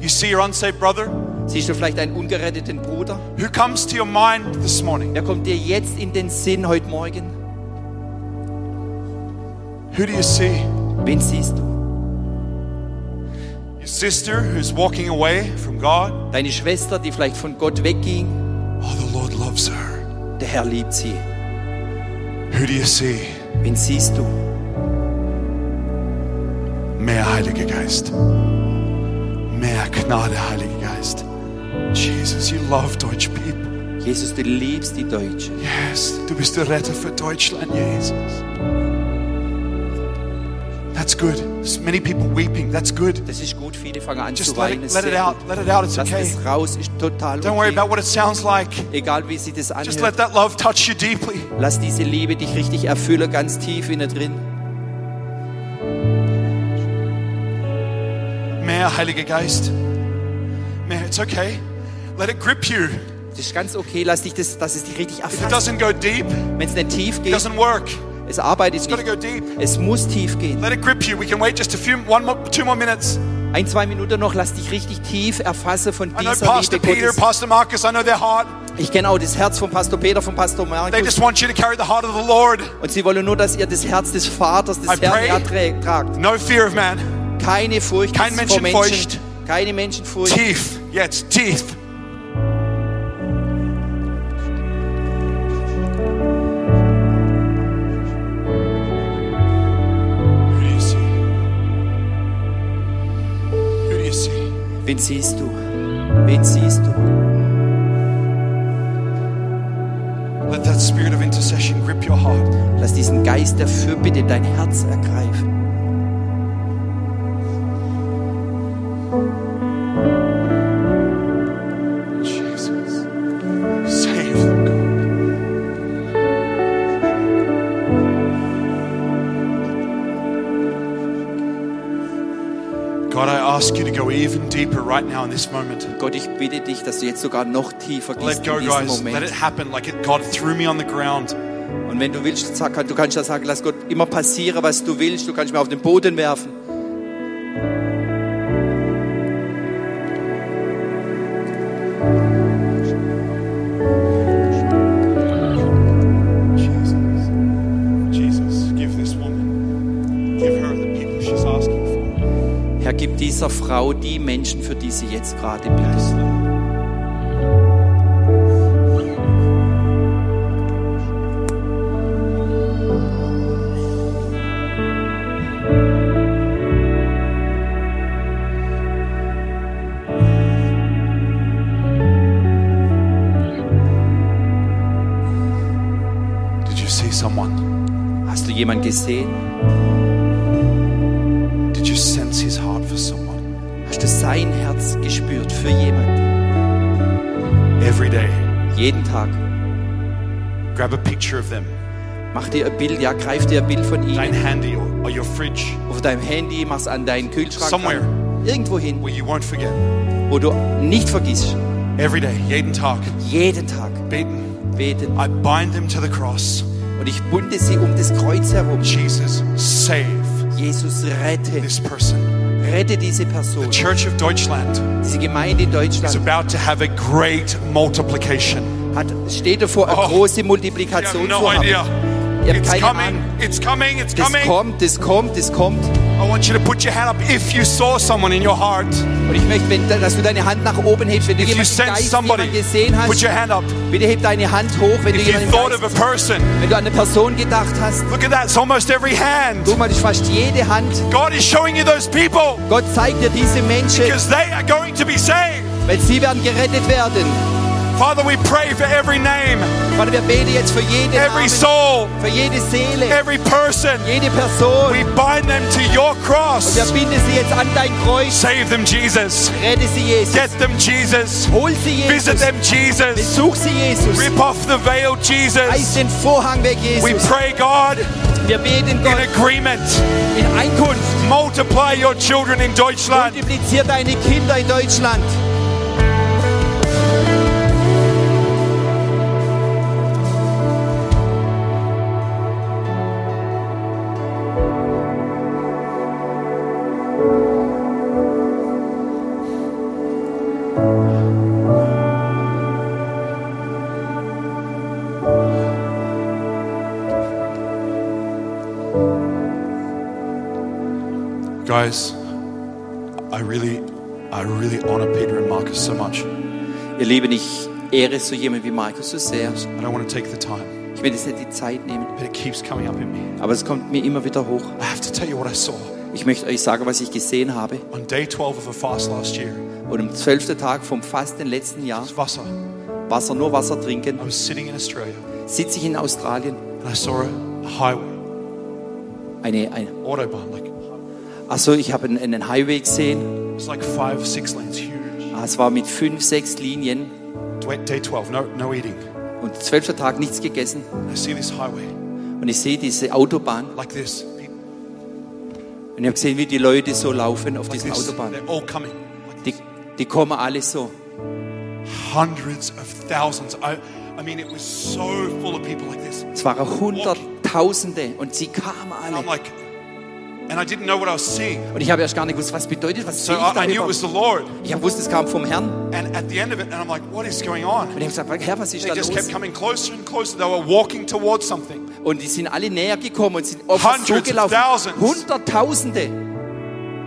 You see your unsaved brother? Siehst du vielleicht einen ungeretteten Bruder? Who comes to your mind this morning? Wer kommt dir jetzt in den Sinn heute Morgen? Who do you see? Wen siehst du? Your sister who's walking away from God? Deine Schwester, die vielleicht von Gott wegging? Oh, the Lord loves her. Der Herr liebt sie. Who do you see? Wen siehst du? Mehr Heiliger Geist. Mehr Gnade, Heiliger Geist. Jesus, you love Deutsch people. Jesus, du liebst die Deutschen. Yes, du bist der Retter für Deutschland, Jesus. That's good. There's many people weeping. That's good. Das ist gut, viele fangen an Just zu let weinen. it, ist let it sehr out. gut. Let it out. It's Lass okay. es raus, ist total Don't worry about okay. what it sounds like. Egal wie sie das Just let anhört. that love touch you deeply. Lass diese Liebe dich richtig erfüllen, ganz tief innen drin. Mehr Heiliger Geist. Mehr, it's okay. Let it grip you. Das ist ganz okay, lass dich das, dass es dich richtig If it erfasst. doesn't go deep, it Wenn es nicht tief geht, doesn't work. es arbeitet It's got to nicht. go deep. Es muss tief gehen. Let it grip you. We can wait just a few, one more, two more minutes. Ein, zwei Minuten noch, lass dich richtig tief erfassen von I know dieser Pastor Liebe Peter, Gottes. Pastor Marcus, I know their heart. Ich kenne auch das Herz von Pastor Peter, von Pastor They Markus. just want you to carry the heart of the Lord. Und sie wollen nur, dass ihr das Herz des Vaters, I des pray. Herrn erträ- tragt. No fear of man. Keine Furcht Kein ist vor Menschenfurcht. Menschen. Keine Menschenfurcht. Teeth. Yes, teeth. Who do you see? Who do you see? Wen siehst du? Wen siehst du? Let that spirit of intercession grip your heart. Lass diesen Geist der Fürbitte dein Herz ergreifen. Jesus. Save them, God. God, I ask you to go even deeper right now in this moment. Gott, ich bitte dich, dass du jetzt sogar noch tiefer gehst Let go, in diesem guys. Let it Moment. happen. Like it, God threw me on the ground. Und wenn du willst, sag- du kannst ja sagen, lass Gott immer passieren, was du willst. Du kannst mir auf den Boden werfen. Jesus, Jesus, give this woman, give her the people she's asking for. Herr, gib dieser Frau die Menschen, für die sie jetzt gerade betet. Did you see someone? Hast du jemanden gesehen? Did you sense his heart for someone? Hast du sein Herz gespürt für jemanden? every day. Jeden Tag. Grab a picture of them. Mach dir ein Bild, ja, greif dir ein Bild von Dein ihnen. Handy or, or your fridge Auf deinem Handy, mach's an deinen Kühlschrank. Somewhere. dran. Irgendwo hin, where you won't forget. wo du nicht vergisst. Every day, jeden Tag, Jeden Tag beten. beten. I bind them to the cross. Und ich bunte sie um das Kreuz herum. Jesus, save Jesus, rette. this person. Rette diese The Person. Church of Deutschland Diese Gemeinde in is Deutschland about to have a great multiplication. hat, steht davor, eine Oh. große You have Multiplikation no zu haben. idea. Ihr habt It's keine coming. Ahnung. It's coming. It's Das coming. kommt, das kommt, das kommt. I want you to put your hand up if you saw someone in your heart. Und ich möchte, wenn, dass du deine Hand nach oben hebst, wenn du If you jemanden, im sense Geist, somebody, jemanden gesehen put hast. your hand up. Bitte heb deine Hand hoch, wenn du, If you jemanden im thought of a Geist, person, wenn du an eine Person gedacht hast. look at that. It's almost every hand. Guck mal, das ist fast jede Hand. God is showing you those people Gott zeigt dir diese Menschen, because they are going to be saved. weil sie werden gerettet werden. Father, we pray for every name, Vater, wir beten jetzt für jeden every Namen, soul, für jede Seele, every person. jede Person. We bind them to your Und wir cross. binden sie jetzt an dein Kreuz. Save them, Jesus. Rette sie, Jesus. Get them, Jesus. Hol sie, Visit Jesus. them, Jesus. Besuch sie, Jesus. Rip off the veil, Reiß Jesus. den Vorhang weg, We Jesus. pray, God, Wir beten in Gott agreement. in Einkunft. Multiply your children in Deutschland. Multiplizier deine Kinder in Deutschland. Guys, I really, I really honor Peter and Marcus so much. And Ihr Lieben, ich ehre so jemand wie Markus so sehr. I want to take the time, Ich will jetzt nicht die Zeit nehmen, but it keeps coming up in me. aber es kommt mir immer wieder hoch. I have to tell you what I saw. Ich möchte euch sagen, was ich gesehen habe. On day 12 of a fast last year, Und am 12. Tag vom Fasten letzten Jahr, it's Vasa. Wasser, nur Wasser trinken, I was sitting in Australia sitze ich in Australien. and I saw a highway, Eine, eine, autobahn, like also ich habe einen, einen Highway gesehen. it's like five, six lanes, huge. Ah, Es war mit fünf, sechs Linien Dw- Day 12, no, no eating. und zwölfter Tag nichts gegessen. And I see this highway Und ich sehe diese Autobahn like this. people und ich habe gesehen, wie die Leute so laufen auf Like dieser this. Autobahn. They're all coming. Like Die, die kommen alle so. hundreds of thousands. I, I mean, it was so full of people like this. Es waren Hunderttausende und sie kamen And I'm alle. like, and I didn't know what I was seeing. Und ich habe erst gar nicht gewusst, was bedeutet, was So sehe I, I ich knew da it was überhaupt. the Lord. Ich habe gewusst, es kam vom Herrn. And at the end of it, and I'm like, what is going on? Und ich habe gesagt, Herr, was ist They da just kept los? coming closer and closer. They were walking towards something. Und die sind alle näher gekommen und sind auf uns Hundreds of zugelaufen. thousands. Hunderttausende.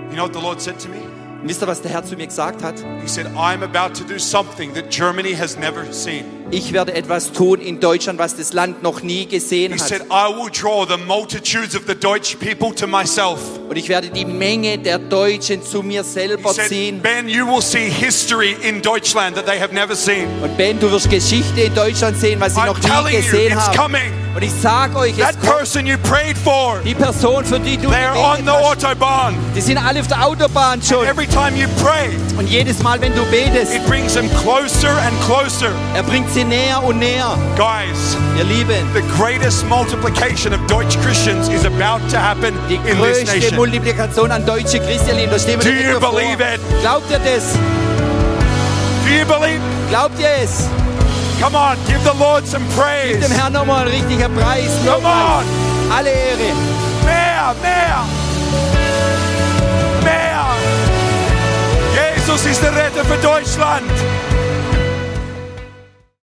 You know what the Lord said to me? Und Wisst ihr, was der Herr zu mir gesagt hat? He said, I'm about to do something that Germany has never seen. Ich werde etwas tun in Deutschland, was das Land noch nie gesehen He hat. said, I will draw the multitudes of the Deutsch people to myself. Und ich werde die Menge der Deutschen zu mir He selber said, ziehen. Ben, you will see history in Deutschland that they have never seen. Und Ben, du wirst Geschichte in Deutschland sehen, was sie I'm noch nie telling you, gesehen it's haben. coming. Und ich sag euch, That es kommt. person you prayed for, Die Person, für die du they're on gebetet the hast, Autobahn. die sind alle auf der Autobahn schon. Every time you pray, Und jedes Mal, wenn du betest, it brings them closer and closer. er bringt sie näher und näher. Guys, Ihr Lieben, the greatest multiplication of Deutsch Christians is about to happen die in this größte nation. Multiplikation an deutsche Christianleben, da stehen wir Do direkt you davor. believe it? Glaubt ihr das? Do you believe? Glaubt ihr es? Come on, give the Lord some praise. dem Herrn nochmal ein richtiger Preis. Come on, Alle Ehre. mehr, mehr, mehr. Jesus ist der Retter für Deutschland.